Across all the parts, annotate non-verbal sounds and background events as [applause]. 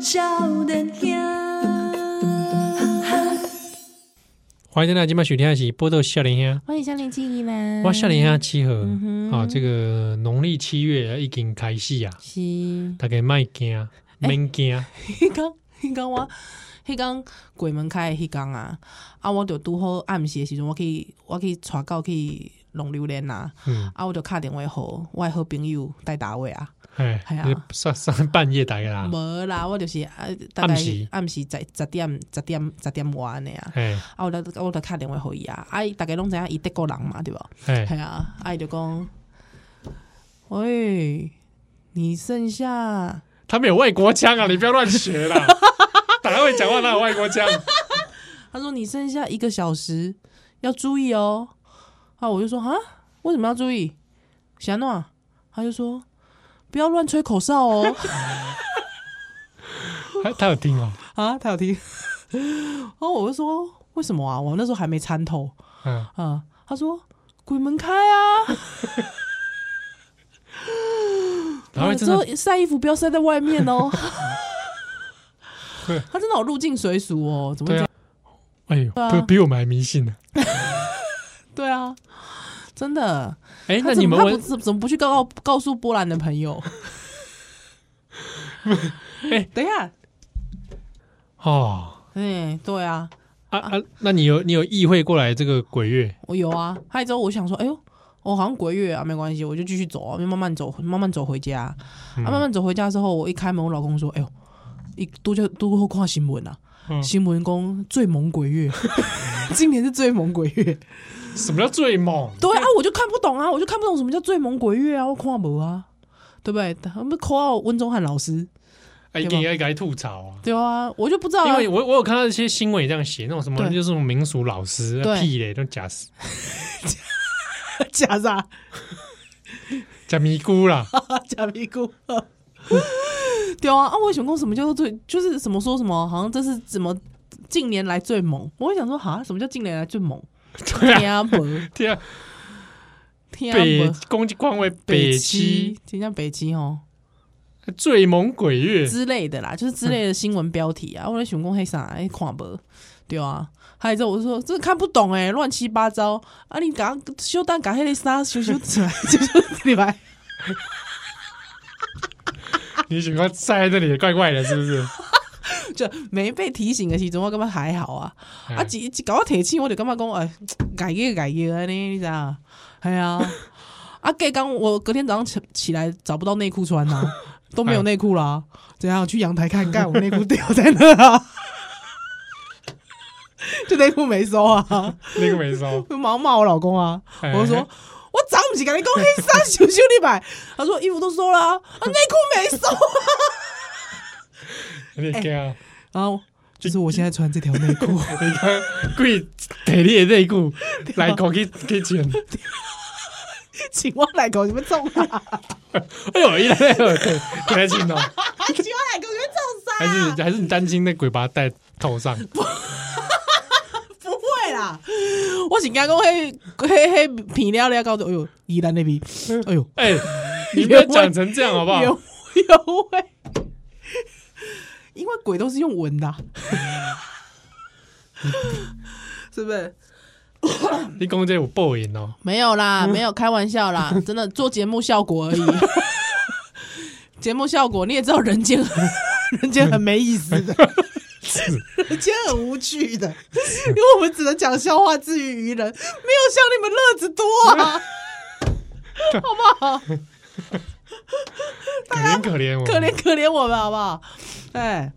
少年兄。欢迎大家今晚收听的是《波豆笑脸香欢迎相连记忆们，》，哇，笑脸香七号嗯哼啊，这个农历七月已经开始 [laughs] 啊，是，大概卖惊，免惊，迄工迄工我，迄工鬼门开的迄工啊，啊，我就拄好暗时的时阵，我去我去带狗去弄榴莲啊，嗯，啊，我就敲电话互我的好朋友带大位啊，哎哎呀，上上半夜打给啦，无啦，我就是啊，大概嗯暗时暗时十十点十点十点外安尼啊，哎啊，我就我就敲电话互伊啊，啊，伊大家拢知影伊德国人嘛，对无？哎，系啊，啊伊就讲，喂，你剩下。他们有外国腔啊，你不要乱学 [laughs] 啦，打开会讲话哪有外国腔？他说你剩下一个小时，要注意哦。啊，我就说啊，为什么要注意？霞诺，啊他就说不要乱吹口哨哦。他他有听哦，啊，他有听。然后我就说为什么啊？我那时候还没参透嗯，啊。他说鬼门开啊，然后之真后的晒衣服不要晒在外面哦。会，他真的好入境随俗哦，怎么会对这啊样？，哎呦，对啊比比我们还迷信呢。对啊，真的。哎，那他你怎么们他不问，怎怎么不去告告告诉波兰的朋友？ [laughs] 哎等一下，哦，哎、对啊，啊啊，那你有你有意会过来这个鬼月？我有啊。还有之后我想说，哎呦，我、好像鬼月啊，没关系，我就继续走啊，就慢慢走，慢慢走回家。嗯啊，慢慢走回家之后，我一开门，我老公说，哎呦，一都就都会看新闻啊，嗯新闻公最猛鬼月， [laughs] 今年是最猛鬼月。什么叫最猛？对啊，我就看不懂啊，我就看不懂什么叫最猛鬼月啊，我看不啊，对不对？他们扣到温宗汉老师，哎，对吧给人家吐槽啊！对啊，我就不知道、啊，因为我我有看到一些新闻也这样写，那种什么对就是那种民俗老师对屁嘞，都假死假啥？假迷姑 [laughs] 啦，假屁股。 [laughs] 对啊，啊，我也想讲什么叫做最，就是什么说什么，好像这是怎么近年来最猛。我会想说，哈，什么叫近年来最猛？对啊，天伯，对啊，北天伯，攻击官为北七七，真像北七哦最猛鬼月，之类的啦，就是之类的新闻标题嗯啊。我在想讲黑啥，哎，看不，对啊。还有之后我就说这看不懂哎、乱七八糟啊！你赶修蛋赶黑的啥修 [laughs] 修出来，修修出来。你喜欢站在那里怪怪的，是不是？啊就没被提醒的时阵，我感觉还好啊。哎啊，一一甲我提醒，我就感觉讲，哎，改业改业安尼，你知道？系啊。啊，隔刚我隔天早上起起来找不到内裤穿呐、啊，都没有内裤啦。怎样？去阳台看看，我内裤掉在那啊。 [laughs] 就内裤没收啊，那个没收，我忙骂我老公啊。哎 [laughs] 我就说， [laughs] 我早不是跟你讲黑衫羞羞你买，他说衣服都收了啊，啊内裤没收 [laughs] 啊。哎有点干啊，然后就是我现在穿这条内裤。你看故意腿你的内裤来搞去去卷，请我来搞你们中啊！哎呦，一来来来，给给他 [laughs] 亲哦，请我来搞你们中啥？还是还是你担心那鬼把他戴头 [laughs] 上？不会啦！我是刚讲黑黑黑皮料料告诉我，哎呦，宜兰那边，哎呦，哎，你不要讲成这样好不好？有有会，因为鬼都是用闻的啊、是不是？你讲这有报应哦。没有啦，没有开玩笑啦，真的做节目效果而已。节目效果你也知道，人间很人间很没意思的，人间很无趣的，因为我们只能讲笑话自娱于人，没有像你们乐子多啊，好不好？可怜可怜我，可怜可怜我们好不好？哎，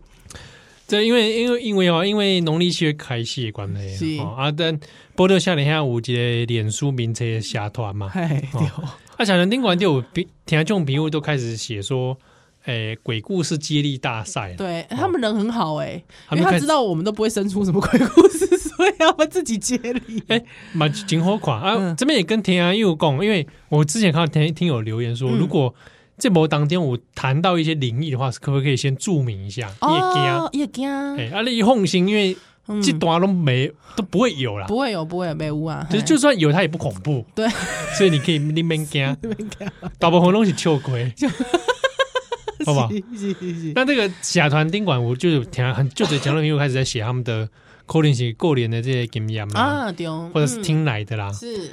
对，因为因为因为哦，因为农历七月开始的关系是哦啊，但波特下年下有一个脸书名册的社团嘛，嘿，对哦，啊，小人顶管就有比听众朋友都开始写说，诶、鬼故事接力大赛啊了，对他们人很好哎，他因们为开他始知道我们都不会生出什么鬼故事， [laughs] 所以他们自己接力。哎，蛮真好看啊！嗯这边也跟田安佑讲，因为我之前看到田听友留言说，嗯如果这波当天我谈到一些灵异的话，可不可以先注明一下？你也惊哦，也惊，哎，啊，你放心，因为嗯这段都没、都不会有啦，不会有，不会有被污啊，就是嘿就算有，它也不恐怖。对， [laughs] 所以你可以你免惊，大部分拢是笑鬼。好不好？是是是，那这个假团丁管，我就有听很就只讲到朋友开始在写他们的扣连写扣连的这些经验嘛，啊，对，或者是听来的啦嗯，。是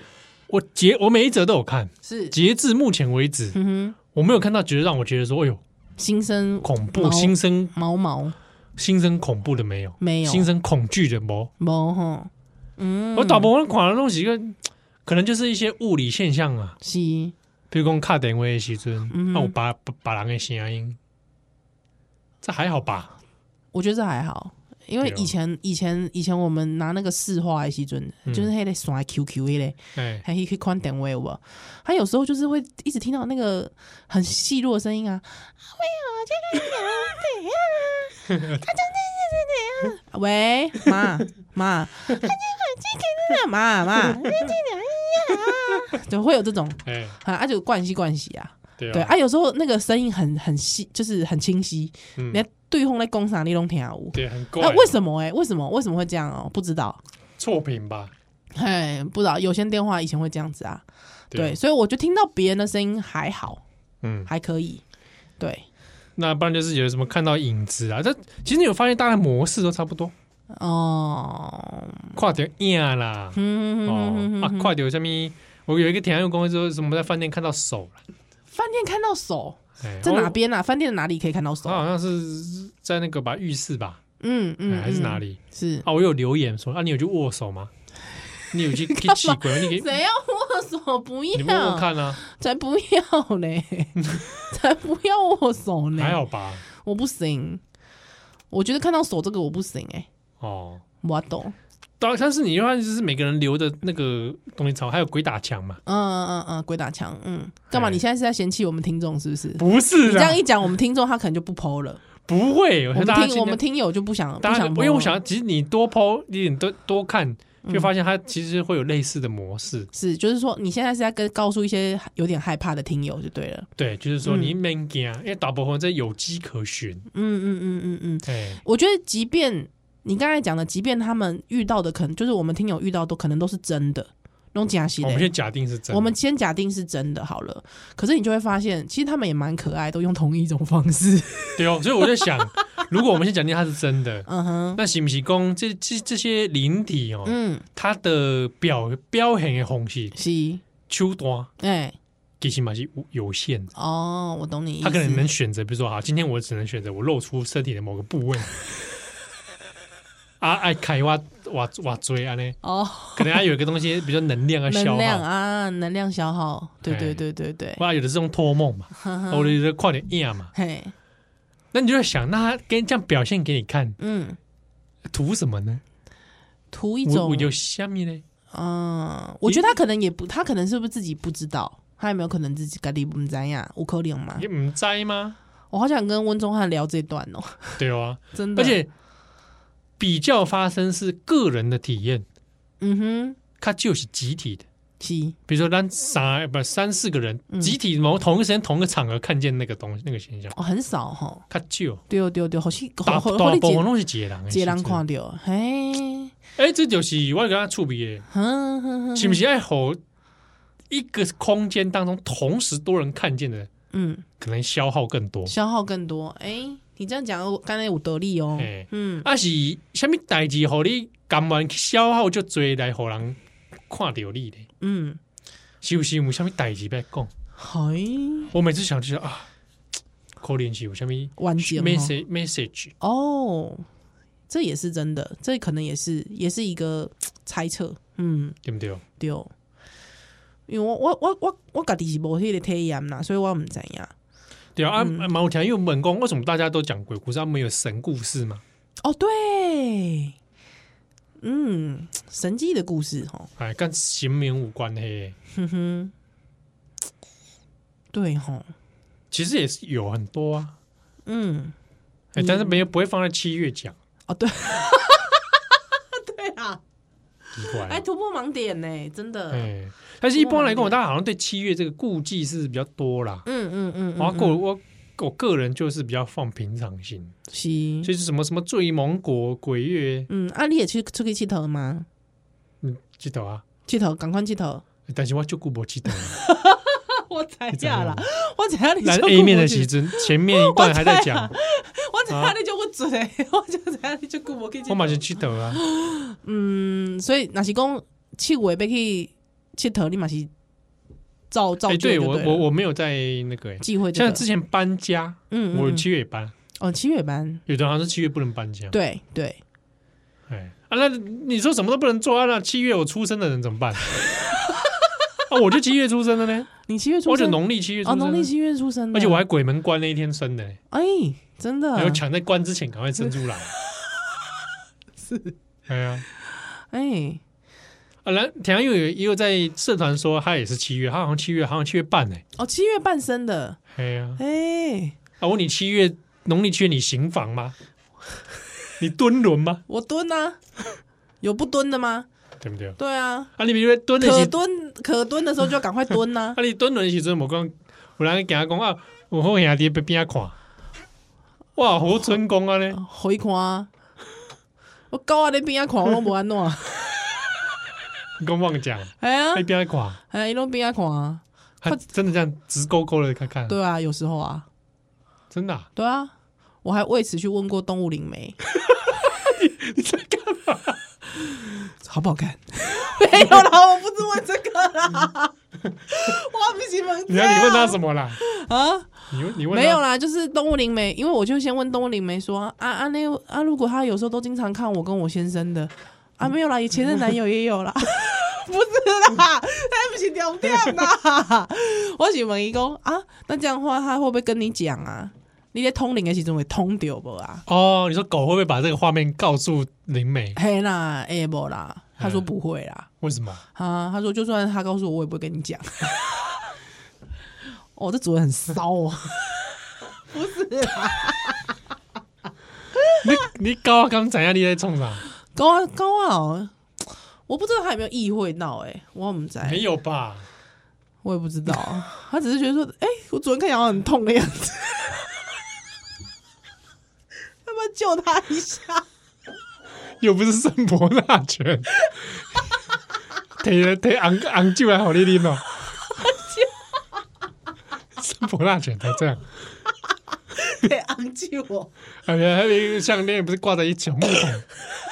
我截我每一则都有看，是，截至目前为止，嗯我没有看到觉得让我觉得说，哎呦，哼，心生恐毛怖，心生毛毛心生恐怖的没有，嗯没有，心生恐惧的没。毛吼，嗯，我大部分看的东西，个可能就是一些物理现象啊，是比如讲卡电话的时阵，啊嗯那我把把人的声音，这还好吧？我觉得这还好，因为对哦以前以前以前我们拿那个市话的时阵，嗯就是那个耍 QQ 的嘞，哎，还可以可以宽点位有无？他有时候就是会一直听到那个很细弱的声音啊，喂，我这个怎样？妈，他真的是怎样？喂，妈妈，妈妈，你这个哎呀，就会有这种哎，啊，啊就惯习惯习啊。对对啊，啊，有时候那个声音很很细，就是很清晰，嗯你看对方在攻啥你都听无。对，很怪那、，为什么哎、为什么为什么会这样哦、不知道，错评吧？嘿，不知道。有些电话以前会这样子啊，对，啊，所以我就听到别人的声音还好，嗯，还可以，对，那不然就是有什么看到影子啊？这其实你有发现，大家模式都差不多，哦，跨点影啊啦，嗯，哦啊，跨点什么？我有一个听友跟我说，什么在饭店看到手了，饭店看到手哎在哪我边啊？饭店的哪里可以看到手他？好像是在那个吧浴室吧，嗯哎嗯，还是哪里？里？是啊，我有留言说啊，你有去握手吗？你有 [laughs] 去去气鬼吗？你给谁要握手？不你握握要，看啊，才不 [laughs] 要嘞，才不要握手呢。还好吧？我不行，我觉得看到手这个我不行哎、哦，我懂，当但是你又看就是每个人留的那个东西潮，还有鬼打墙嘛？嗯嗯嗯嗯，鬼打墙，嗯，干嘛？哎你现在是在嫌弃我们听众是不是？不你是啊这样的，一讲，我们听众他可能就不剖了，不会，我我说们大家听现我们在听友就不想不大家，想嗯因剖了，为我想，其实你多剖一点，多多看，就发现它其实会有类似的模式。是就是说你现在是在跟告诉一些有点害怕的听友就对了，对，就是说嗯你免惊，啊因为大部分这有迹可循。嗯嗯嗯嗯嗯，哎，我觉得即便你刚才讲的，即便他们遇到的可能就是我们听友遇到都可能都是真的，弄假戏哦我的们。先假定是真的。我们先假定是真的好了，可是你就会发现，其实他们也蛮可爱，都用同一种方式。 [laughs] 对哦，所以我在想， [laughs] 如果我们先假定它是真的，嗯哼，那是不是讲这这这些灵体哦，嗯，它的表表现的方式是，手段哎、其实嘛是有有限的。哦，我懂你意思。他可能能选择，比如说啊，今天我只能选择我露出身体的某个部位，啊，爱开挖挖挖追啊呢，哦，可能还有一个东西，比如说能量啊消能量耗，啊，能量消耗，对哎对对对对，哇，有的是用托梦嘛，呵呵或者是快点硬嘛，嘿，那你就会想，那他跟这样表现给你看，嗯，图什么呢？图一我种我，有下面呢，嗯，我觉得他可能也不，他可能是不是自己不知道，他有没有可能自己咖喱不怎样，无可能嘛你？唔知吗？我好想跟温宗汉聊这段哦，对啊，真的，而，且比较发生是个人的体验，嗯哼，它就是集体的。是，比如说咱三不三四个人嗯集体某同一时间同一个场合看见那个东西那个现象，哦，很少哈，它就对哦对对，好像大好大部好好，你分解拢是一个人的解人时阵看到，哦嘿，哎，这就是我跟他触鼻的，哼哼哼，是不是爱吼一个空间当中同时多人看见的，嗯。可能消耗更多。消耗更多。哎、你这样讲，我刚才有得利哦嘿。嗯，啊是什么代志，互你甘愿去消耗就多来，互人看到你的，嗯，是不是有什么代志要讲？嗨，我每次想就是啊，可怜是有什么完结吗 message message，哦，这也是真的，这可能也是也是一个猜测。嗯，对不对？对哦，因为我我我我我家己是无迄个体验啦，所以我唔知影。对啊，啊嗯毛条又猛攻，为什么大家都讲鬼故事，他啊们有神故事嘛？哦，对，嗯，神迹的故事哦，哎，跟神明无关嘿，哼哼，对吼，其实也是有很多啊，嗯，哎，但是没有不会放在七月讲，哦对， [laughs] 对啊，奇怪哎，啊。突破盲点呢，真的，哎，但是一般来讲，大家好像对七月这个顾忌是比较多啦。嗯嗯嗯，然后嗯个我我个人就是比较放平常心，是，就是什么什么醉蒙国鬼月，嗯，啊，你也去出去佚佗吗？嗯，记得啊。佚佗，赶快佚佗。 [laughs] 但是我就顾不记得，我知影啦，我知影你咱就 A 面的时阵，前面一段还在讲， [laughs] 我知影你就我准诶，我就知影你就顾无去这个。我马上去 [laughs] 抖啊，嗯，所以若是讲七月要去佚佗，你嘛是照照哎，旧对就我了我我没有在那个，哎忌讳这像个。之前搬家，嗯，嗯我嗯七月也搬，哦七月班，有的好像是七月不能搬家，对对，哎啊，那你说什么都不能做啊？那七月我出生的人怎么 [laughs] 办？啊，我就七月出生的呢，你七月出我就生农历七月出哦，生的，农历七月出生的，而且我还鬼门关那一天生的，哎，真的还有抢在关之前赶快生出 [laughs] 来。是，哎呀，哎，啊，然田又有也有在社团说他也是七月，他好像七月，好像七月半呢。哦七月半生的，哎呀，哎，啊，问你七月农历七月你行房 [laughs] 吗？你蹲轮吗？我蹲啊，有不蹲的吗？对不对？啊，对啊，你比如说蹲的可时，蹲可蹲的时候就要赶快蹲呐、啊，你蹲轮的时阵，我讲，有人跟他讲啊，我好兄弟被边看，哇，好成功啊呢！回看啊！我狗啊，你边啊看，我拢无 [laughs] 安怎？你跟忘讲，哎呀在，边看，哎，伊拢边啊看啊，他真的这样直勾勾的看看，对啊，有时候啊，真的啊对啊，我还为此去问过动物 [laughs] 灵媒，好不 [laughs] 好看？没有啦，我不是问这个啦， [laughs] 我不是问嗯这你要个你问他什么啦？啊，你问你问他没有啦，就是动物灵媒，因为我就先问动物灵媒说啊啊那啊，如果他有时候都经常看我跟我先生的啊，没有啦，也前任男友也有啦， [laughs] 不是啦，那不是重点啦， [laughs] 我是问伊讲啊，那这样的话他会不会跟你讲啊？你在通灵的时阵会通掉不啊？哦，你说狗会不会把这个画面告诉灵美？嘿啦，哎不啦，他说嗯不会啦，为什么？啊，他说就算他告诉我，我也不会跟你讲。 [laughs] 哦，这主人很骚哦，不是啦。你 [laughs] 你高啊刚怎样？你在冲啥？高啊高啊、哦！我不知道他有没有意会到、欸，哎，我们在，没有吧？我也不知道，他只是觉得说，哎、我昨天看起来好像很痛的样子， [laughs] 他妈救他一下，又不是圣伯纳犬，摕摕红红酒来好你 [laughs] 啉哦。圣伯纳犬才这样，对，昂救我，而且还有一个项链不是挂着一小木桶，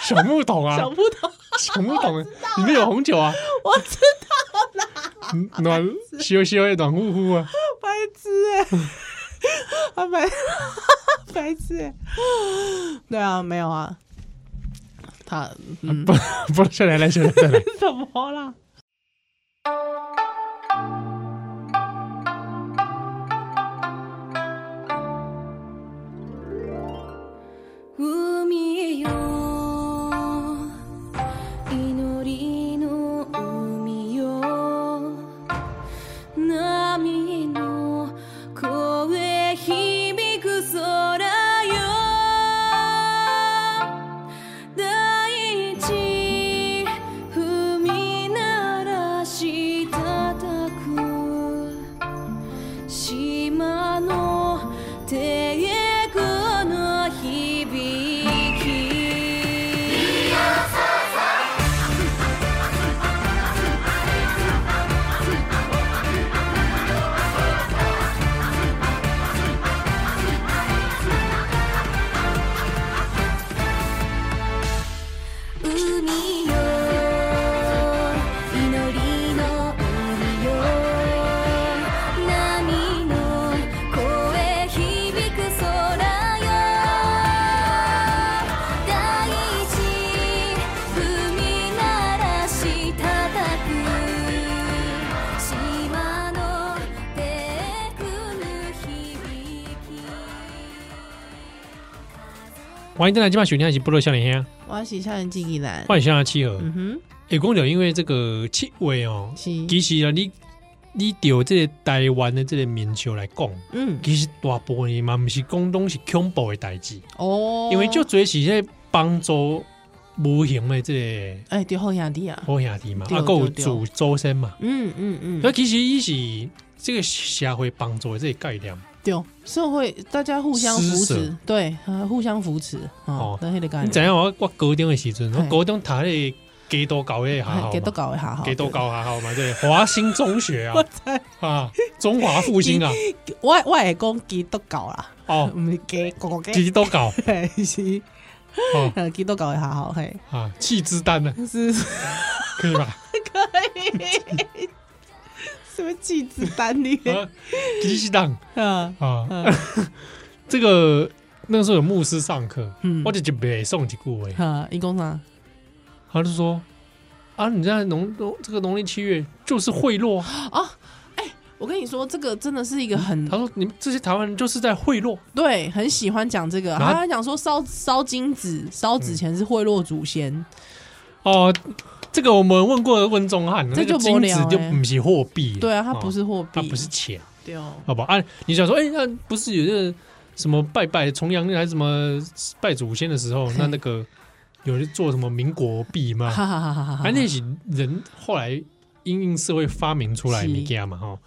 小木桶啊小，木头，小木桶里面有红酒啊，我知暖羞羞的暖乎乎啊。道白痴、欸，啊白 [laughs] 白痴、欸，对啊，没有啊，他 [laughs] 嗯，不，下来来下来再来。怎么啦？海よ祈りの海よ波の声響く空よ大地踏み鳴らしたたく島の帝国の響き海よ祈りの海よ波の声響く空よ大地踏み鳴らし叩く島のテクの響き欢迎再来，今晚雪天以及部落笑脸兄，我要洗下人记忆栏，欢迎笑脸七和。嗯哼，哎，公牛因为这个气味哦，是，其实啊，你你对这个台湾的这个民俗来讲，嗯，其实大部分嘛，不是讲拢是恐怖的代志，哦，因为就最是在帮助无形的这哎，对后兄弟啊个，好兄弟嘛，对啊，还有对对祖周身嘛，嗯嗯嗯，那、其实伊是这个社会帮助的这个概念。对，社会大家互相扶施持舍，对，呃互相扶持哦哦，那黑的概你知念，影我我高中的时阵，我嘿高中读迄给多搞一下好哎吗给都搞一下哈，给多搞一下好嘛？对，华兴中学啊 [laughs] 我猜啊，中华复兴 [laughs] 啊，我我会讲基督教啦，哦，唔是基督教，给多搞嘿是哦呃基督教一下好嘿， [laughs] 啊， [laughs] 气之丹呢，是 [laughs] 可以吧？什么祭子丹 [laughs] 尼？ [laughs] 啊，吉西当嗯啊，嗯这个那个时候有牧师上课，嗯我就就北送几顾哎，嗯，一共啥？他就说啊，你在农农这个农历七月就是贿赂啊，我跟你说，这个真的是一个很他说你们这些台湾人就是在贿赂，对，很喜欢讲这个。然后他还讲说烧烧金纸，烧纸钱是贿赂祖先。嗯哦，这个我们问过温宗汉，这那就个无金聊子就欸不是货币，对啊，他哦不是货币，它不是钱，对哦，好不好？啊，你想说，哎、那不是有这个什么拜拜重阳还是什么拜祖先的时候，那那个有人做什么民国币吗哈？哈哈哈哈哈。啊，那是人后来因应社会发明出来是的物件嘛，哈。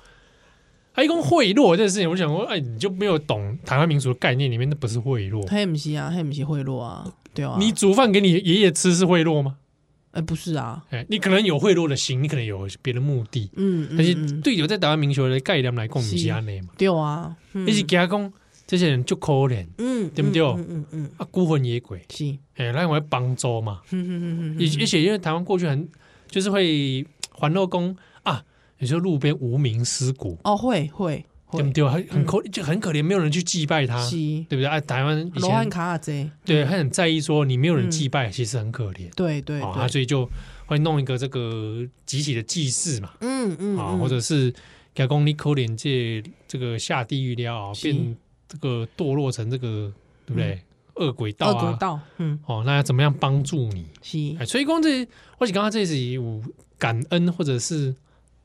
还讲贿赂这件事情，我想说，哎，你就没有懂台湾民俗的概念里面，那不是贿赂。他也不是啊，他也不是贿赂啊，对啊。你煮饭给你爷爷吃是贿赂吗？哎不是啊，哎，你可能有贿赂的心，你可能有别的目的，嗯，嗯但是嗯对有在台湾民俗的概念来讲，不是是安内嘛。对啊，嗯你是给他讲，这些人就可怜，嗯，对不对嗯嗯嗯，嗯啊，孤魂野鬼，是，哎、那我会帮助嘛，嗯嗯嗯而、而且因为台湾过去很就是会环绕宫啊，有时候路边无名尸骨，哦，会会对不会，嗯对？很很可、就很可怜，没有人去祭拜他，是对不对？啊，台湾以罗汉前卡卡贼，对他很在意说你没有人祭拜，其实很可怜对对哦啊，对，所以就会弄一个这个集体的祭祀嘛，嗯嗯啊，嗯或者是给公你可怜这这个下地狱了啊，是嗯变这个堕落成这个对不对？恶鬼道恶啊鬼，道，嗯，哦，那要怎么样帮助你？是，哎，所以讲这，我是刚刚这是有感恩或者是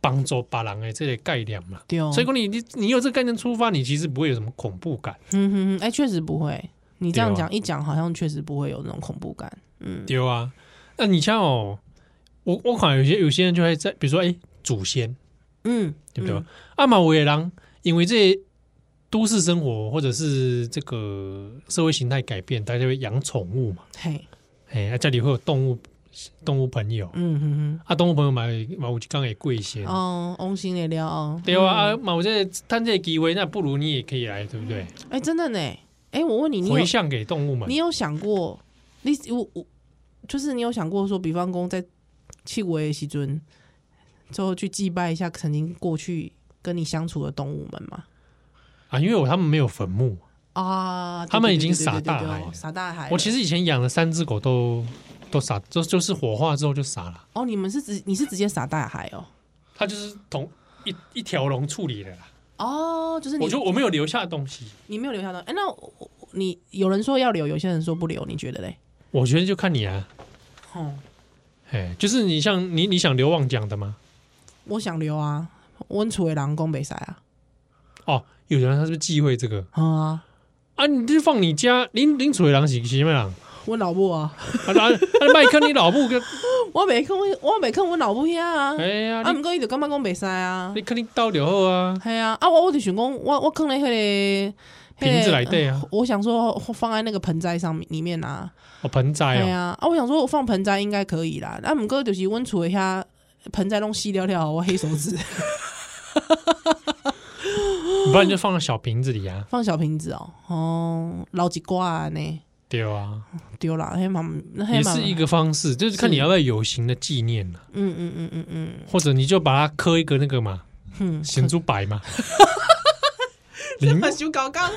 帮助别人的这个概念嘛。对哦，所以讲你你你有这个概念出发，你其实不会有什么恐怖感，嗯哼哼，哎，确实不会。你这对样啊讲一讲，好像确实不会有那种恐怖感。嗯，对啊。那你像哦，我我看有些有些人就会在，比如说哎，祖先嗯，对不对啊嗯？阿玛维郎因为这些都市生活或者是这个社会形态改变，大家会养宠物嘛，嘿，哎，啊家里会有动物动物朋友，嗯哼啊，动物朋友买买我就刚也贵些哼，哦，翁心的料哦，啊对啊，啊，嘛，我这趁这个机会，那不如你也可以来，对不对？哎、真的呢，哎，我问你，你有回向给动物们你，有想过，你我我就是你有想过说，比方说在去我的时尊之后去祭拜一下曾经过去跟你相处的动物们吗？啊，因为我他们没有坟墓。啊，对他们对已对经对撒对对大对海哦了撒大海了。我其实以前养了三只狗都都傻，就就是火化之后就傻了，哦，你们是直你是直接撒大海哦，它就是同一一条龙处理的啦。哦，就是你我就我没有留下东西，你没有留下东西。哎，那我我你有人说要留，有些人说不留，你觉得嘞？我觉得就看你啊，哦，哎，就是你像你你想刘旺讲的吗？我想留啊，温楚的狼公北塞啊，哦，有人他是不是忌讳这个嗯啊，啊？你就放你家林林楚的狼是什么狼？温老布啊，啊，那那麦克你老母跟我没看我我没看温老布遐啊。哎呀，啊，你毋过伊就感觉讲袂使啊你，肯定倒流后啊。系啊，啊我我就想讲，我我坑咧迄个瓶子来内底啊我想说放在那个盆栽上面里面啊，哦，盆栽哎哦，啊，啊我想说我放盆栽应该可以啦，啊毋过就是阮厝诶遐盆栽拢死了了，我黑手指 [laughs] 不然你就放到小瓶子里啊。放小瓶子哦，哦老一挂安尼对啊，丢啦，迄嘛那也是一，个方式，就是看你要不要有形的纪念了，嗯嗯嗯嗯嗯，或者你就把它刻一个那个嘛，嗯显珠白 [laughs] 嘛，林小搞 [laughs] 刚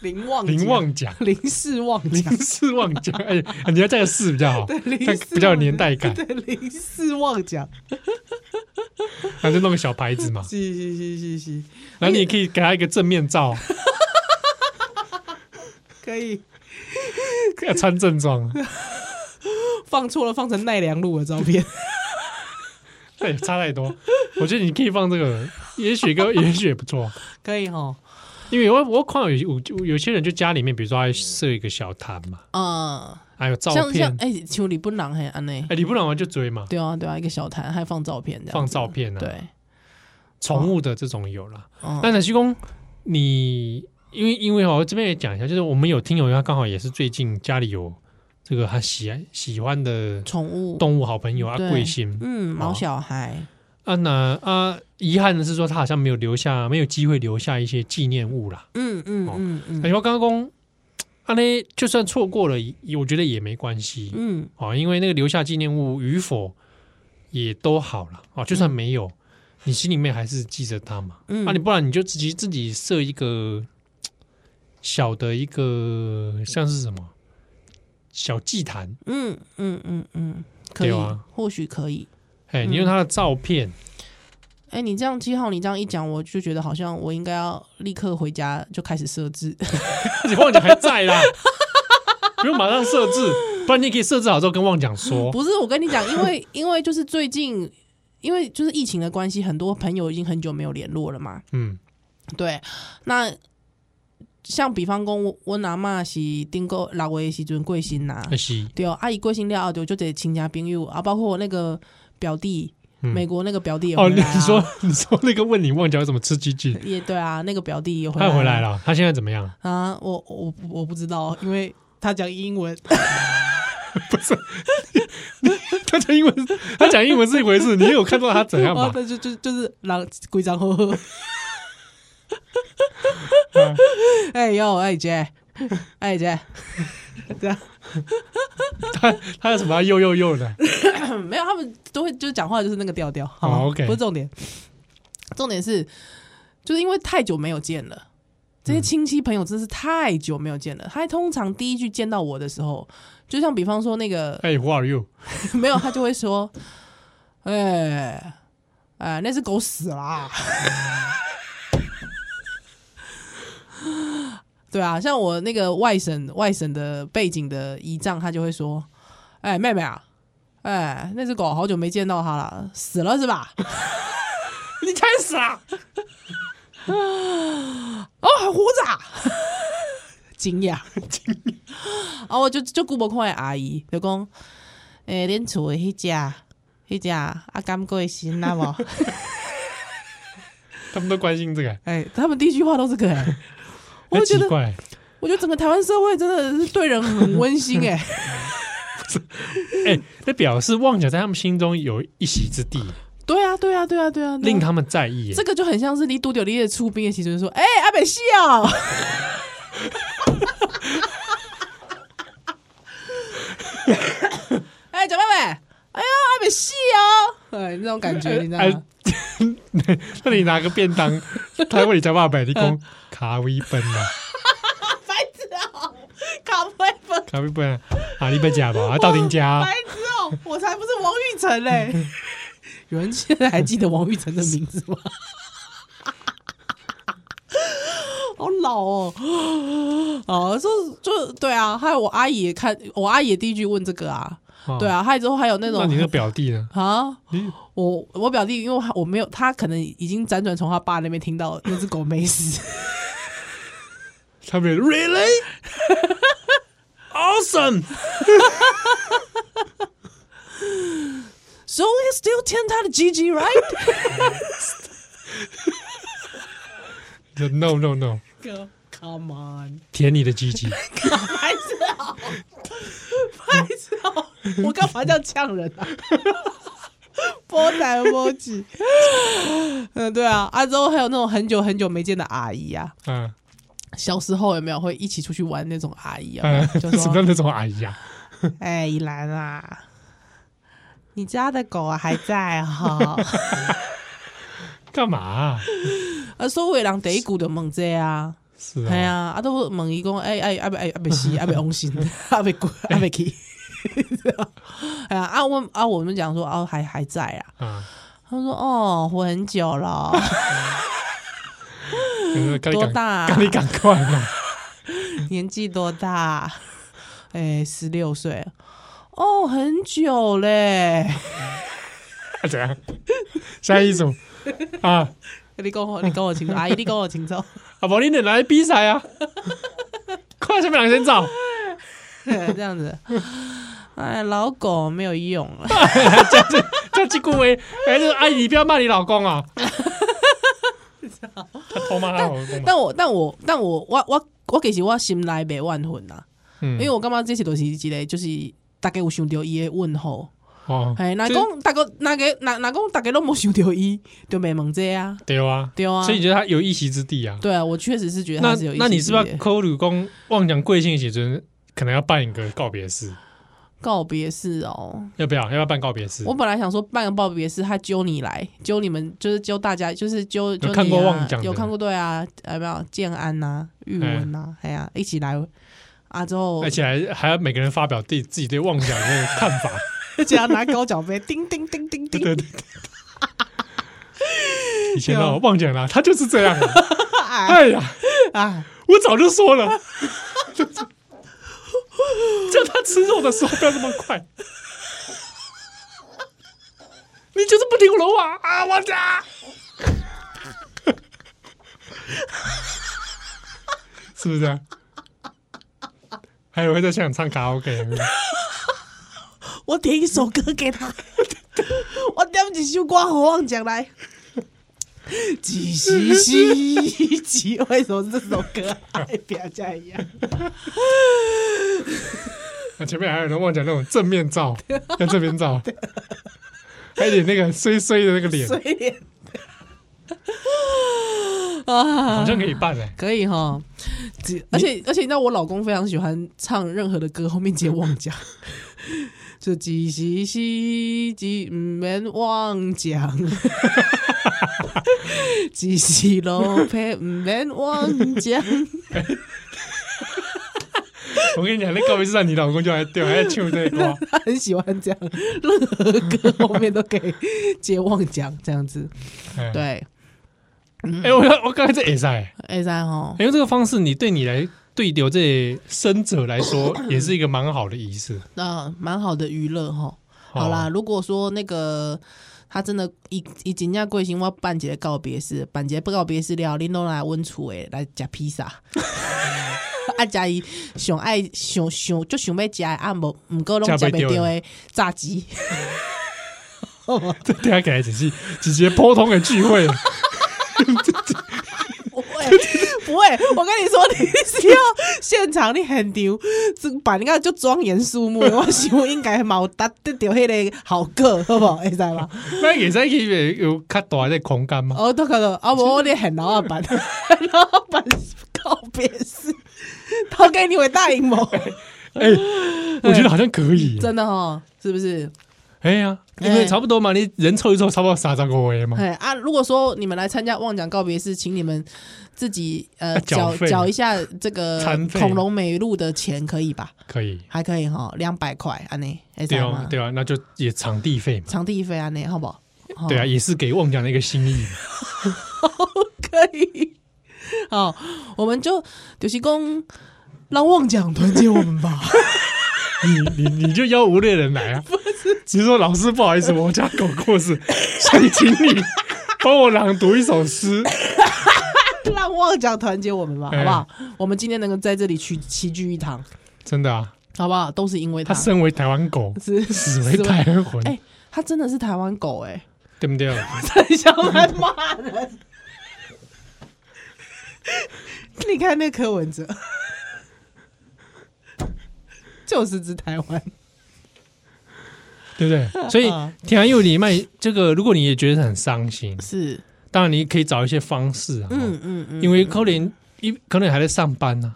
林旺。林旺奖林氏旺林奖，氏旺奖，哎，你要加个氏比较好，林看 [laughs] 比较有年代感， [laughs] 对林氏旺奖，然后就弄个小牌子嘛，是是是是是。然后你也可以给他一个正面 [laughs] 照，可以要穿正装，放错了，放成奈良鹿的照 [laughs] 片。对，差太多。我觉得你可以放这个，也许个 [laughs] 也许也不错，可以哈，因为我我看到有有有些人就家里面，比如说他设一个小摊嘛，嗯，还有照像片，像哎，像李不朗还安内，哎，你不然我就追嘛，对啊对啊，一个小摊还放照片这样子，放照片啊，对，宠物的这种有啦。嗯那奶虚公，你因为因为哦，我这边也讲一下，就是我们有听友他刚好也是最近家里有这个他喜爱喜欢的宠物，动物好朋友阿啊对贵姓嗯，毛小孩，啊那啊，遗憾的是说他好像没有留下，没有机会留下一些纪念物啦。嗯嗯嗯嗯哎、我刚刚讲，啊呢，就算错过了，也我觉得也没关系嗯，哦，因为那个留下纪念物与否也都好了哦，就算没有，你心里面还是记着他嘛。嗯啊，你不然你就自己自己设一个小的一个像是什么小祭坛，嗯嗯嗯嗯，可以对啊，或许可以。哎，嗯你用他的照片，哎，你这样七号，你这样一讲，我就觉得好像我应该要立刻回家就开始设置。你旺讲还在啦，不用马上设置，不然你也可以设置好之后跟旺讲说， [laughs] 不是，我跟你讲，因为因为就是最近，因为就是疫情的关系，很多朋友已经很久没有联络了嘛。嗯对，那像比方讲，我我阿嬷是订购六月的时阵贵姓呐，可惜，对哦，阿姨贵姓了后，就就得亲家朋友啊，包括我那个表弟，嗯美国那个表弟也哦，回你来啊、说你说那个问你旺讲怎么吃鸡鸡，也对啊，那个表弟也回来他啊回来了，他现在怎么样？啊，我我我不知道，因为他讲英文，他讲英文，他讲英文是一回 [laughs] 事，你有看到他怎样哦吧？那就就就是狼规 [laughs] 章呵呵。嗯 [laughs] 哎呦，哎姐，哎姐，这样他他有什么又又又的？没有，他们都会就是讲话就是那个调调，好吗、哦，OK 不是重点，重点是就是因为太久没有见了。这些嗯亲戚朋友真是太久没有见了。他通常第一句见到我的时候，就像比方说那个哎，Who are you？ [laughs] 没有，他就会说：“哎、哎、那只狗死啊啦。” [laughs] 对啊，像我那个外省外省的背景的姨丈，他就会说：“哎、妹妹啊，哎、那只狗好久没见到它了，死了是吧？ [laughs] 你才死啊！哦，还活着、啊，惊讶，惊讶。啊，我就就顾不看的阿姨就讲：“哎、恁厝的迄只，迄只啊，甘过身啊 [laughs] 无？”他们都关心这个，哎，他们第一句话都是这个、 [laughs] 哎，我哎，就觉奇得，怪，我觉得整个台湾社会真的是对人很温馨、 [laughs] 哎，哎，那表示旺角在他们心中有一席之地，对啊，对啊，对啊，对啊，对啊令他们在意耶哎这。个就很像是你嘟丢你的出兵的时候就说，哎、阿 [laughs] 北西哦，哎，蒋妹妹，哎呀，阿北西哦，哎，那种感觉，你知道 [laughs] 哎，吗？[laughs] 那你拿个便当，他问你叫爸爸，你嗯讲咖啡本啊，白痴哦，卡不会分。咖啡本啊，啊，你别加吧，啊，到顶加白，痴哦、我才不是王玉成嘞、 [laughs] 有人现在还记得王玉成的名字吗？ [laughs] 好老哦、哦，就就对啊，还有我阿姨也看，我阿姨也第一句问这个啊，哦对，啊，还有之后还有那那你那种表弟呢？啊，你我我表弟，因为我我没有，他可能已经辗转从他爸那边听到那只狗没死， [laughs] 他们 really awesome， So you still 牵他的 GG right？ [laughs] no no no， Come on。舔你的鸡 [laughs] 鸡。白痴哦，白痴哦，我干嘛这样呛人啊？ [laughs] 波仔波吉，嗯，对啊，啊之后还有那种很久很久没见的阿姨啊，嗯，小时候有没有会一起出去玩那种阿姨啊嗯？就什么说，那种阿姨啊？哎，依兰啊，你家的狗啊还在哈、哦？干嘛啊？ [laughs] 啊，所有的人第一句就问这啊，是系啊，啊，啊都问伊讲，哎哎，啊不哎啊不死，啊不红心， [laughs] 啊不滚，啊不去， [laughs] 哎呀啊我啊我们讲说啊还还在啊，啊，他说哦活很久了， [laughs] 多多大啊赶你赶快嘛！ [laughs] 年纪多大？哎，十六岁，哦很久嘞。啊怎样？下一种啊，你跟我，你跟我清楚，阿姨，你跟我清楚。 [laughs] 阿宝，你得来比赛啊！快，下面两个先找，这样子，哎，老狗没有用啊了。 [laughs] 叫季顾威。哎，这个阿姨，你不要骂你老公 [laughs] 啊！他偷骂他老公嘛？但我但我但我我我我其实我心内袂万分呐、啊嗯因为我感觉这是都是一个就是大概有想到伊的问候，哦，哎，哪这讲大个哪个哪哪讲大家都没想到伊，就没问这啊，对啊，对啊所以你觉得他有一席之地啊？对啊，我确实是觉得那他是有意那思你是不是的要扣鲁公妄讲贵姓写真，可能要办一个告别式？告别式哦？要不要？要不要办告别式我？本来想说办个告别式，他揪你来，揪你们就是揪大家，就是揪揪你啊嗯看过旺奖的有看过对啊，有没有建安呐、玉文嗯呐、哎呀、一起来啊之后而，且还还要每个人发表对自己对妄想的看 [laughs] 法。而且要拿高脚杯，叮叮叮叮对叮，对对对。以前啊，妄讲啦，他就是这样 [laughs] 啊。哎呀，啊，我早就说了，就是叫他吃肉的时候不要这么快。你就是不听我的话啊，王家。是不是、啊？还有会在现场唱卡拉 OK，我点一首歌给他，我点一首歌何忘讲来。几西西几？为什么是这首歌啊？哎，不要这样。那前面还有人忘讲那种正面照，要正面照，还有点那个衰衰的那个脸，所以 [laughs] 啊，好像可以办哎、可以哈。只而且而且你知道，我老公非常喜欢唱任何的歌后面接 [laughs] 忘讲，就几西西几唔免忘 [laughs] 讲，几西罗佩唔免忘讲，我跟你讲，那告别式上你老公就来对，还在唱这个歌，他很喜欢这样，任何歌后面都可以接忘讲这样子。哎，对，嗯哎、我我刚才这也在，哎，三吼，因为这个方式，你对你来对留这生者来说，也是一个蛮好的仪式。那蛮好的娱乐哈。好啦，哦，如果说那个他真的以以真正贵姓，我办一个告别式，办一个告别式了，恁拢来阮厝诶来食披萨。啊，食伊上爱想想就想要食诶，啊无毋过拢食吃不袂到的着诶炸鸡， [laughs] 这听起来只是只是普通的聚会， [laughs] 不会不会，我跟你说，你是要现场你很丢，这把那个就庄严肃穆的，我想应该冇达得到迄个好个，好不好？会知吗？那也在以为有较大的空间吗？哦，都可能啊，我我咧很老 [laughs] 板，老板告别式，投给你为大阴谋，哎、我觉得好像可以、 [laughs] 真的哦，是不是？哎呀、因为差不多嘛，你人凑一凑，差不多三十个位嘛。哎啊，如果说你们来参加旺奖告别式，请你们自己呃啊缴缴费缴一下这个餐费恐龙美露的钱，可以吧？可以，还可以哈，两百块安内，哎，对吗啊，？对啊，那就也场地费嘛，场地费安内，好不好？哦 [laughs] 对啊，，也是给旺奖的一个心意嘛。可以。好，我们就就是公让旺奖团结我们吧。你你你就邀无猎人 [laughs] 来啊？不是，你说老师不好意思，我家狗过世， [laughs] 所以请你帮我朗读一首诗。 [laughs] 让旺角团结我们吧，哎好不好？我们今天能够在这里齐齐聚一堂，真的啊，好不好？都是因为他他身为台湾狗，是死为台湾魂，哎、他真的是台湾狗哎、 [laughs] 对不对？很想来骂人。你看那柯文哲， [laughs] 就是只台湾，对不对？所以嗯田安佑里卖这个，如果你也觉得很伤心，是，当然你可以找一些方式啊，嗯嗯嗯，因为可能一可能还在上班呢、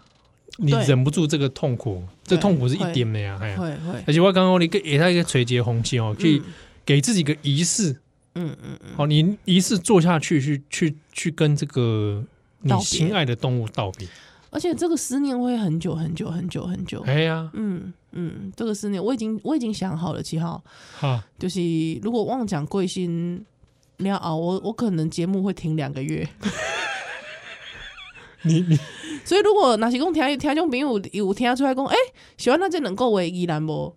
你对忍不住这个痛苦，这对痛苦是一点的呀、哎呀会会，而且我刚刚你给也在一个垂结红心哦，去嗯给自己一个仪式，嗯嗯嗯，好，你仪式做下去，去去去跟这个你道别心爱的动物道别。而且这个思念会很久很久很久很久，哎呀，嗯嗯，这个思念我已经我已经想好了，七号，哈，就是如果妄讲贵姓了啊，我我可能节目会停两个月。你你所以如果若是讲听听众朋友有听出来讲，诶、喜欢咱这两个月依然无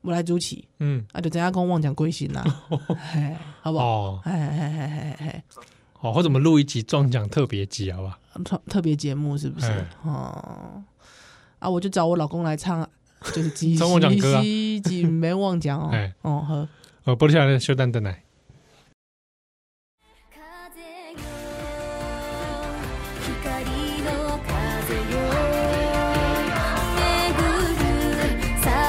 无来主持，嗯，啊，就知影讲妄讲贵姓啦，嘿好不好？哦，哎哎哎哎好，或者我们录一集中奖特别集，好吧？哎，特特别节目是不是哎？哦，啊，我就找我老公来唱，就是几唱妄讲歌啊几几没妄讲哦哎，哦好。哦，波多小的修蛋蛋奶，風よ光の風よ巡る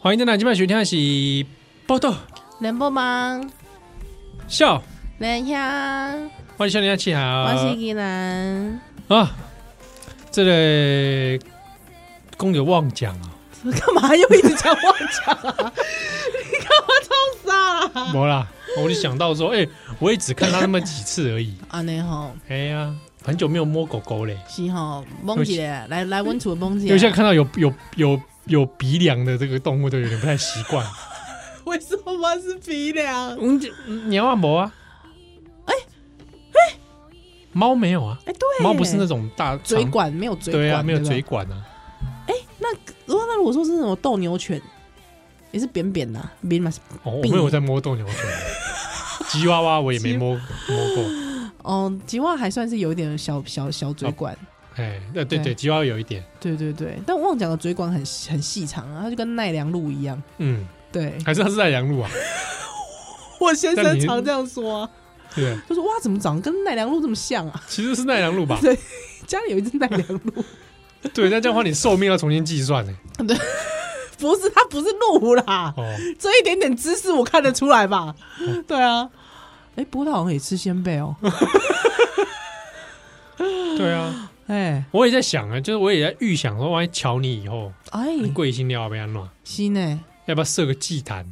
欢迎登来今晚收听的是《报道能不忙？笑》，能呀，欢迎笑脸气好我是宜兰，哦啊！这个公有忘讲啊， [laughs] 干嘛又一直讲妄讲啊？你干嘛冲傻啦？没啦，我就想到说，哎、我也只看他那么几次而已。安尼吼，哎呀，很久没有摸狗狗嘞，是吼，蒙起来，来来温楚蒙起因为现在来。看到有有有有鼻梁的这个动物都有点不太习 [laughs] 惯。为什么是鼻梁？嗯，鸟啊毛啊，哎哎猫没有啊，哎，对，猫不是那种大嘴长管，没有嘴管，对啊，没有不嘴。管啊，如果那如果说是那种斗牛犬，也是扁扁的啊，扁嘛是。哦，我病没有在摸斗牛犬， [laughs] 吉娃娃我也没摸摸过，哦，吉娃还算是有一点小小小嘴管，哎，呃，对对对，吉娃娃有一点，对对对。但旺角的嘴管很很细长啊，它就跟奈良鹿一样。嗯， [laughs] 对，还是它是在阳路啊，我先但生你常这样说、 [laughs] 啊，对不对，他说哇，怎么长得跟奈良鹿这么像啊？，其实是奈良路吧 [laughs] 家里有一只奈良鹿，对，那这样的话你寿命要重新计算呢，欸不是它不是鹿啦，哦，这一点点知识我看得出来 [laughs] 吧？对啊，哎、不过它好像也吃鲜贝 [laughs] 哦，对啊，哎我也在想啊，就是我也在预想说，万一瞧你以后，哎，贵姓料要不要弄，是呢，要不要设个祭坛？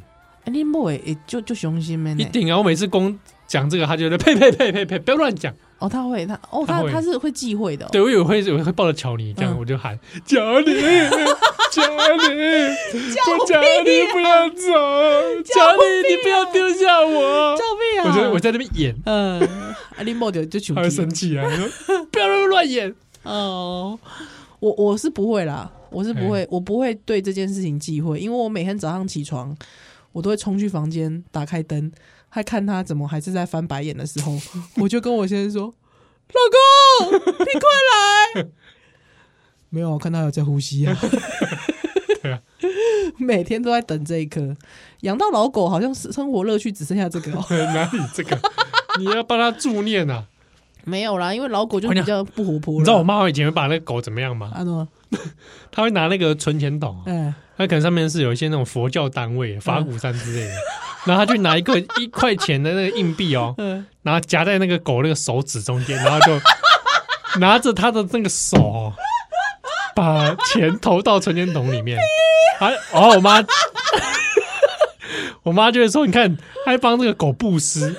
哎你某也就就雄心的一呢，定啊！我每次公讲这个，他就在呸 [laughs] 呸呸呸呸，不要乱讲。哦，他会他哦它他会他是会忌讳的、哦，对我有会有会抱着乔尼，这样嗯我就喊乔尼，乔尼，乔尼不要走，乔尼你不要丢下我叫。屁啊！我就我在那边演， [laughs] 嗯，啊，你某就就雄他会生心气啊！他说不要乱演， [laughs] 哦，我我是不会啦，我是不会，我不会对这件事情忌讳，因为我每天早上起床，我都会冲去房间打开灯，还看他怎么还是在翻白眼的时 [laughs] 候，我就跟我先生说：“ [laughs] 老公，你快来！” [laughs] 没有，我看他有在呼吸 [laughs] 啊。对啊，每天都在等这一刻。养到老狗，好像是生活乐趣只剩下这个哦。哪里这个？你要帮他助念啊！ [laughs] 没有啦，因为老狗就我跟比你较不活泼了。你知道我妈以前会把那个狗怎么样吗？啊？诺，她会拿那个存钱筒啊，哎，它可能上面是有一些那种佛教单位、法鼓山之类的，然后他就拿一个 [laughs] 一块钱的那个硬币哦，嗯，然后夹在那个狗那个手指中间，然后就 [laughs] 拿着他的那个手哦、把钱投到存钱筒里面。还哦，我妈， [laughs] 我妈就会说，你看，她还帮这个狗布施，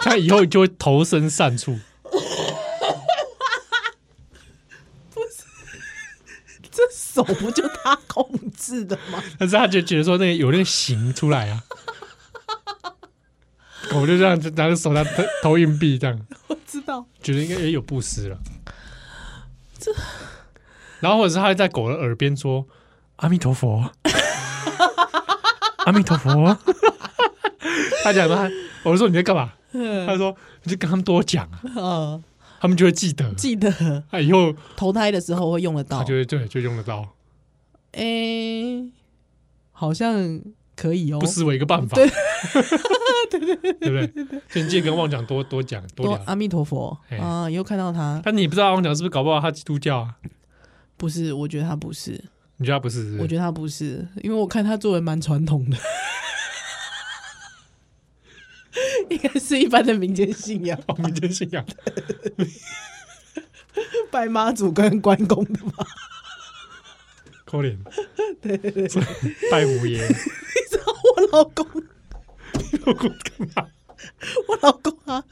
它以后就会投身善处。这手不就他控制的吗？但是他就觉得说那个有那个形出来啊， [laughs] 狗就这样子拿着手拿投投硬币这样，我知道，觉得应该也有布施了。这，然后或者是他会在狗的耳边说阿弥陀佛， [laughs] 阿弥陀佛。 [laughs] 他讲他，我就说你在干嘛？他就嗯，说你就跟他们多讲啊，呃他们就会记得。记得啊，以后投胎的时候会用得他到就。会对就用得到，诶、好像可以哦。不失为一个办法。对 [laughs] 对不对？所以你记得跟旺讲多多讲多多聊。阿弥陀佛嘿啊！又看到他，但你不知道阿王讲是不是搞不好他基督教啊？不是，我觉得他不是，你觉得他不是是不是我觉得他不是，因为我看他做人蛮传统 [laughs] 的，应该是一般的民间信 [laughs] 仰，哦民间信仰，拜妈祖跟关公的嘛。可 [laughs] 怜。对对对，拜五爷， [laughs] 你知道 [laughs] 我老公我干嘛？我老公啊，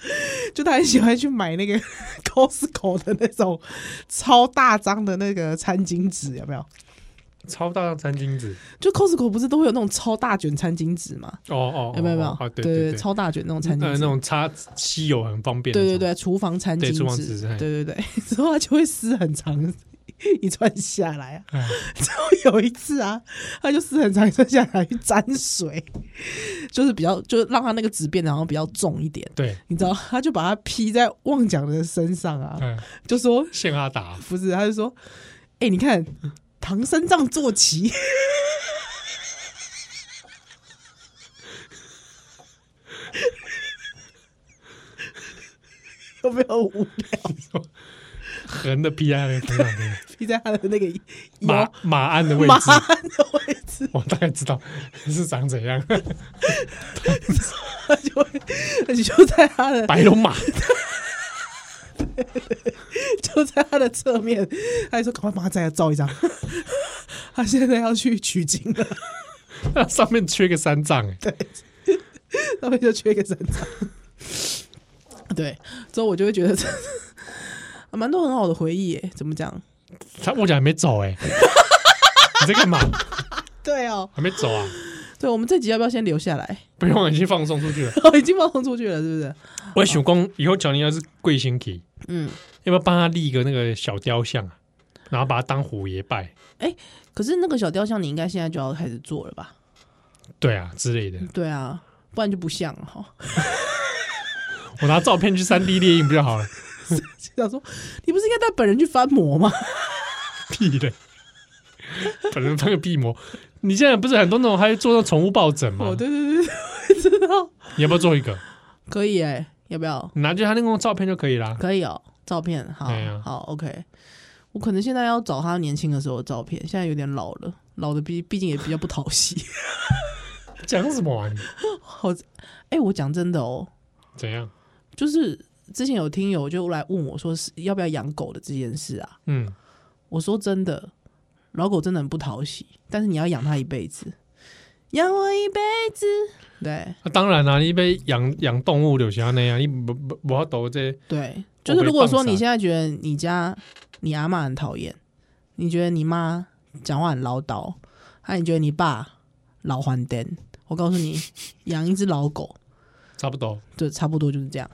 就他很喜欢去买那个 [laughs] Costco 的那种超大张的那个餐巾纸，有没有？超大的餐巾纸，就 Costco 不是都会有那种超大卷餐巾纸嘛？哦哦，哦哎有没有？有没有哦，对对对，超大卷那种呃餐巾那纸。种擦稀有很方便，对对，对，厨房餐巾对厨房纸纸，嘿对对对， [laughs] 之后他就会撕很长一串下来啊。 [laughs] 哎之后有一次啊，他就撕很长一串下来去沾水，就是比较，就是让他那个纸变得好像比较重一点，对，你知道？他就把它披在旺角的身上啊，嗯，就说 [laughs] 现阿达，不是，他就说：“哎、你看唐三藏坐骑， [laughs] 有没有无聊？横的 P I 的头上面披在他的那个腰马马鞍的位马置，鞍的位置，思，我大概知道是长怎样，他就会他就在他的白龙马，就在他的侧面，他就说赶快帮他再照一张，他现在要去取经了，它 [laughs] 上面缺个三藏，哎，那边就缺一个三张。 [laughs] 对，之后我就会觉得这啊蛮多很好的回忆耶，怎么讲？他我讲还没走， [laughs] 哎，你在干嘛？对哦，还没走啊？对我们这集要不要先留下来？ [laughs] 不用，已经放送出去了。已经放送出去了，是不是？我想讲，以后乔尼要是贵星体，嗯，要不要帮他立一个那个小雕像啊？然后把他当虎爷拜，可是那个小雕像，你应该现在就要开始做了吧？对啊之类的。对啊，不然就不像了哈。我拿照片去三 D 列印不就 [laughs] 好了？想说，你不是应该带本人去翻模吗？屁的，本人翻个屁膜。你现在不是很多那种还做那种宠物抱枕吗哦，？ [laughs] 对对对对，我知道，你要不要做一个？可以哎，要不要？你拿去他那个照片就可以啦。可以哦，照片好对啊，好，OK。我可能现在要找他年轻的时候的照片，现在有点老了，老的毕毕竟也比较不讨喜。 [laughs] 讲什么啊你？好，哎、我讲真的哦，怎样？就是之前有听友就来问我说是要不要养狗的这件事啊，嗯，我说真的，老狗真的很不讨喜，但是你要养它一辈子，养我一辈子，对那、当然啦、你被养养动物就是要那样，你不不不要抖这对，我就是被如果棒说你杀现在觉得你家你阿妈很讨厌，你觉得你妈讲话很唠叨，还、你觉得你爸老还灯，我告诉你，养一只老狗差不多。就差不多就是这样，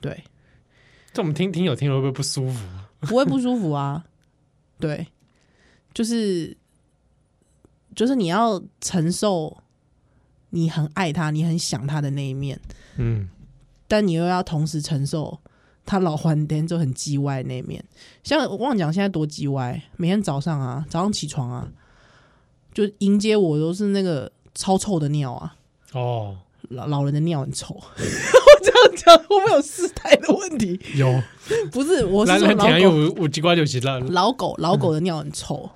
对，这我们听听友听了会不会不舒服？不会不舒服啊，对，就是就是你要承受你很爱它，你很想它的那一面。嗯，但你又要同时承受他老还天就很叽歪的那一面。像我忘了讲现在多叽歪，每天早上啊，早上起床啊，就迎接我都是那个超臭的尿啊，哦，老老人的尿很臭。我这样讲会不会有世代的问题？有。不是，我是咱说咱老听狗有有几瓜就是啦，老狗老狗的尿很臭，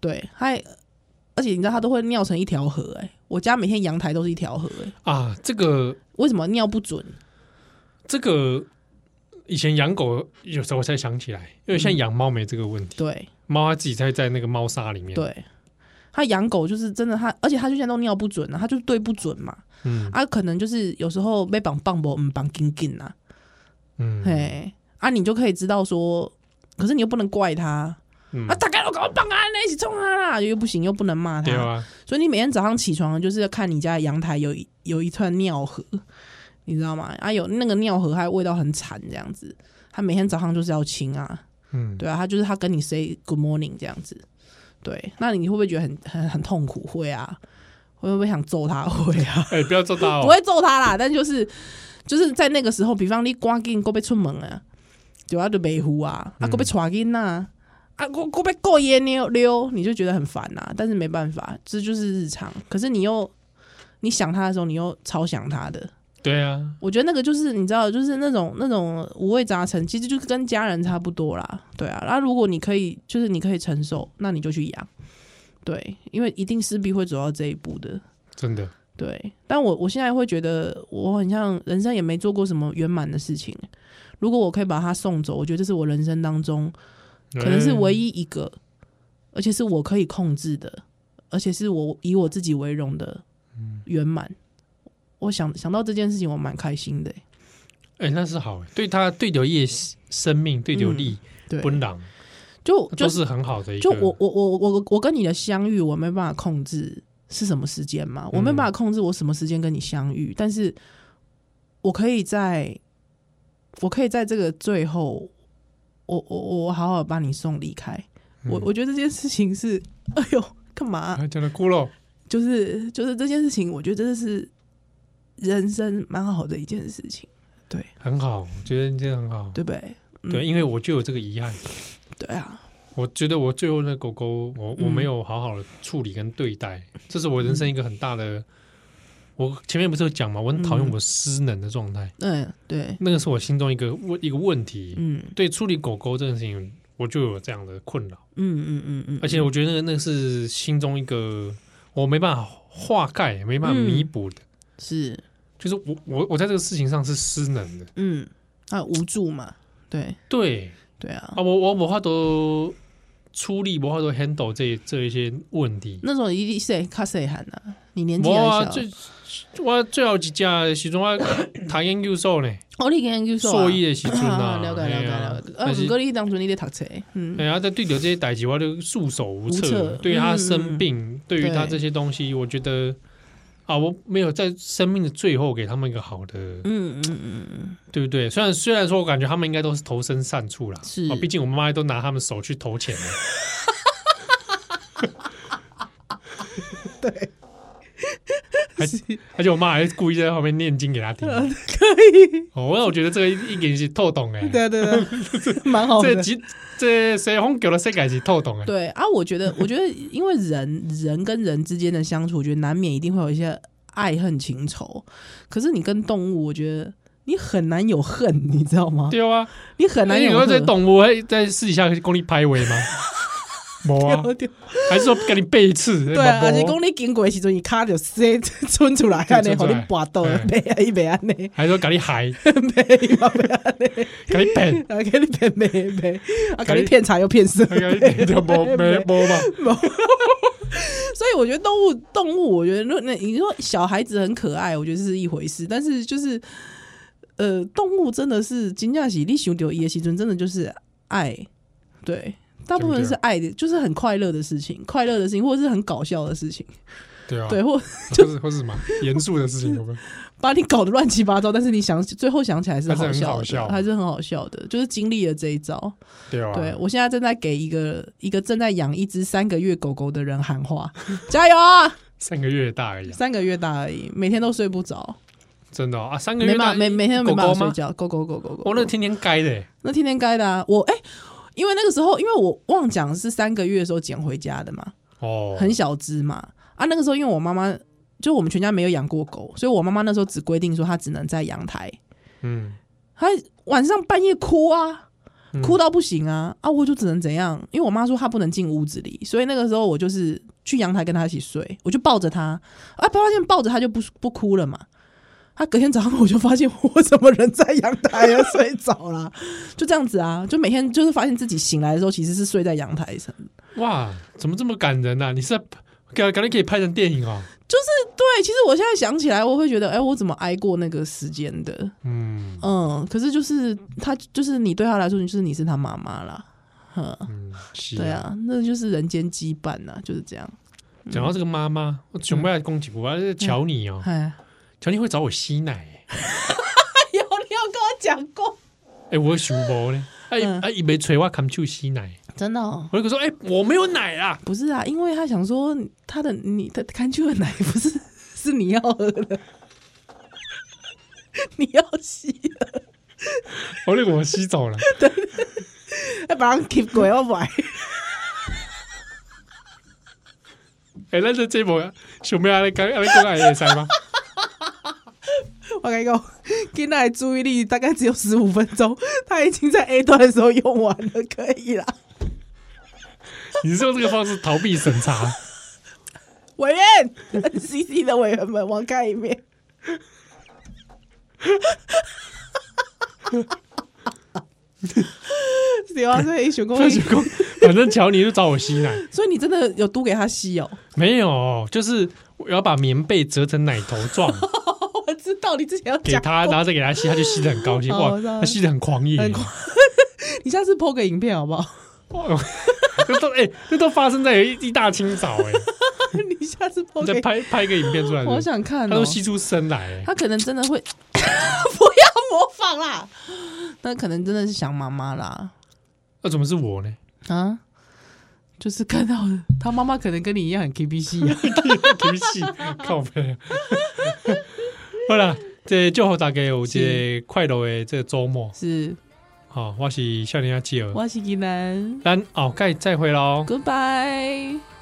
对，还而且你知道它都会尿成一条河哎、我家每天阳台都是一条河哎、啊，这个为什么尿不准？这个以前养狗有时候我才想起来，因为现在养猫没这个问题，对，猫它自己在在那个猫砂里面。，对，他养狗就是真的他，而且他就现在都尿不准啊，他就是对不准嘛，嗯啊，可能就是有时候被绑棒不，嗯，绑紧紧啊，嗯，嘿，啊，你就可以知道说，可是你又不能怪他。嗯啊，大概都搞棒啊，那一起冲啊啦，又不行，又不能骂他对，啊，所以你每天早上起床就是要看你家的阳台有一有一串尿河，你知道吗？啊，有那个尿河还味道很惨这样子，他每天早上就是要清啊，嗯，对啊，他就是他跟你 say good morning 这样子，对，那你会不会觉得很很很痛苦？会啊，会不会想揍他？ [laughs] 会啊，哎，不要做到不哦，会揍他啦，但就是就是在那个时候，比方你赶紧够被出门啊，对啊，就没呼啊，啊够被抓紧呐，啊够够被过夜溜溜，你就觉得很烦呐、但是没办法，这就是日常。可是你又你想他的时候，你又超想他的，对啊，我觉得那个就是你知道，就是那种那种五味杂陈，其实就是跟家人差不多啦，对啊。那如果你可以，就是你可以承受，那你就去养，对，因为一定势必会走到这一步的，真的，对。但我我现在会觉得，我很像人生也没做过什么圆满的事情。如果我可以把它送走，我觉得这是我人生当中可能是嗯唯一一个，而且是我可以控制的，而且是我以我自己为荣的圆满。我想想到这件事情，我蛮开心的欸、哎，哎那是好，对他对流业生命对流力对，奔狼就都就是很好的一个，就我我我我我跟你的相遇，我没办法控制是什么时间嘛，我没嗯办法控制我什么时间跟你相遇，但是我可以在，我可以在这个最后，我我我好好把你送离开。我嗯我觉得这件事情是， [laughs] 哎呦，干嘛？啊，真的哭了，就是就是这件事情，我觉得真的是人生蛮好的一件事情，对很好，我觉得你真的很好，对不对？嗯对，因为我就有这个遗憾。对啊，我觉得我最后那狗狗，我我嗯没有好好的处理跟对待，这是我人生一个很大的。我前面不是有讲嘛，我很讨厌嗯我失能的状态，嗯，对，那个是我心中一个问一个问题。嗯对处理狗狗这件事情，我就有这样的困扰，嗯嗯嗯嗯，而且我觉得那个那个是心中一个我没办法化盖，没办法弥嗯补的，是，就是我我我在这个事情上是失能的。嗯，啊，无助嘛，对对对啊啊，，我我无法度出力，无法度 handle 这这一些问题。那种一定是卡谁喊呐，你年纪我还啊，小，最我最后一家的时阵，我读研究所 [coughs] 呢，哦，你研究所啊硕一的时阵啊， [laughs] 了解了解哎了解。呀啊，但五是哥，你当初你在读册，嗯，哎呀，在对着这些代际，我就束手无无策策。对于他嗯生病，对于他对这些东西，我觉得啊，我没有在生命的最后给他们一个好的，嗯嗯嗯嗯，对不对？虽然虽然说我感觉他们应该都是投身善处啦，是哦毕竟我妈妈都拿他们手去投钱了。对，而而且我妈还故意在后面念经给他 [laughs] 听。可以，哦，那我觉得这个一一点是透懂 [laughs] 哎，对对对，嗯 [laughs] 蛮好这的。几这谁红狗的世界是透懂哎。对啊，我觉得， [laughs] 我觉得，因为人人跟人之间的相处，我觉得难免一定会有一些爱恨情仇。可是你跟动物，我觉得你很难有恨，你知道吗？对啊，你很难那你有会对恨。动物会在私底下去公你拍尾吗？没啊， [laughs] 对还是说给你背一次？对啊，没而且讲你经过的时阵，伊卡就塞 [laughs] 伸出来，安尼，互你跋倒，嗯 [laughs] 袂啊，伊袂安尼，还是说给你 [laughs] 嗨，袂伊嘛袂安尼，，给你扁啊，给你骗袂袂， [laughs] 啊，给你骗财又骗色，还给你就 [laughs] 没没没嘛？ [laughs] 所以我觉得动物动物，我觉得如果那你说小孩子很可爱，我觉得这是一回事，但是就是呃，动物真的是惊讶喜，你想到伊的时阵，真的就是爱，对。大部分是爱的，就是很快乐的事情，快乐的事情，或者是很搞笑的事情，对啊，对，或或是或是什么严肃的事情，有没有？把你搞得乱七八糟，但是你想最后想起来是还是好很笑好的，笑还是很好笑的，就是经历了这一招。对啊，对我现在正在给一个一个正在养一只三个月狗狗的人喊话， [laughs] 加油啊！三个月大而已啊，三个月大而已，每天都睡不着，真的哦啊，三个没月大办法，每每天都没办狗法狗吗睡觉。狗狗狗狗狗，我那天天该的欸，那天天该的啊，我哎、因为那个时候因为我忘讲是三个月的时候捡回家的嘛，哦，很小只嘛啊，那个时候因为我妈妈。就我们全家没有养过狗，所以我妈妈那时候只规定说她只能在阳台，嗯，她晚上半夜哭啊，嗯哭到不行啊！啊，我就只能怎样？因为我妈说她不能进屋子里，所以那个时候我就是去阳台跟她一起睡，我就抱着她啊，发现抱着她就不不哭了嘛。她隔天早上我就发现我怎么人在阳台啊，睡着啦， [laughs] 就这样子啊，就每天就是发现自己醒来的时候其实是睡在阳台上，哇，怎么这么感人呐？啊你是在感感觉可以拍成电影哦，就是对。其实我现在想起来，我会觉得，哎、我怎么挨过那个时间的？嗯嗯，可是就是她，就是你对她来说，就是你是她妈妈啦。嗯，嗯，是对。啊，嗯那就是人间羁绊呐、就是这样。讲到这个妈妈，我准备要攻嗯击我，要乔你哦，哎，乔你会找我吸奶欸， [laughs] 有你有跟我讲过，哎，我想无呢，哎嗯哎，伊没催我砍去吸奶，真的、哦、我就说哎，我没有奶 [laughs] 啦，不是啊，因为他想说他的你的看去的奶不是 [laughs] 是你要喝的， [laughs] 你要吸的，我那个我吸走了，要把它哎 keep 鬼要买，哎，那这这波想要来讲来讲来也塞 [laughs] 吗？我跟你讲，今天的注意力大概只有十五分钟，他已经在 A 段的时候用完了，可以啦。你是用这个方式逃避审查？委员 [laughs] ，NCC 的委员们，网开一 [laughs] 面。对啊，所以想那讲，就讲，反正乔你就找我吸奶，所以你真的有嘟给他吸哦？ [laughs] 没有，就是我要把棉被折成奶头状哦我知道你之前要给讲过他，然后再给他吸，他就吸的很高兴，哇哦我知，道他吸的很狂野。很狂你下次 PO 个影片好不好？哦这都哎，这都发生在一一大清早哎， [laughs] 你下次 PO 你个再影，拍拍一个影片出来，我好想他看哦都。吸出声来欸。他可能真的会， [laughs] 不要模仿啦。那可能真的是想妈妈啦那怎么是我呢？啊，就是看到他妈妈可能跟你一样很 KBC [laughs] 啊。对不起，靠背。啊 [laughs] 好啦，这就好大概有这快乐的这个周末。是，好，我是少年阿吉尔，我是吉南咱后盖再会喽。 ，Goodbye。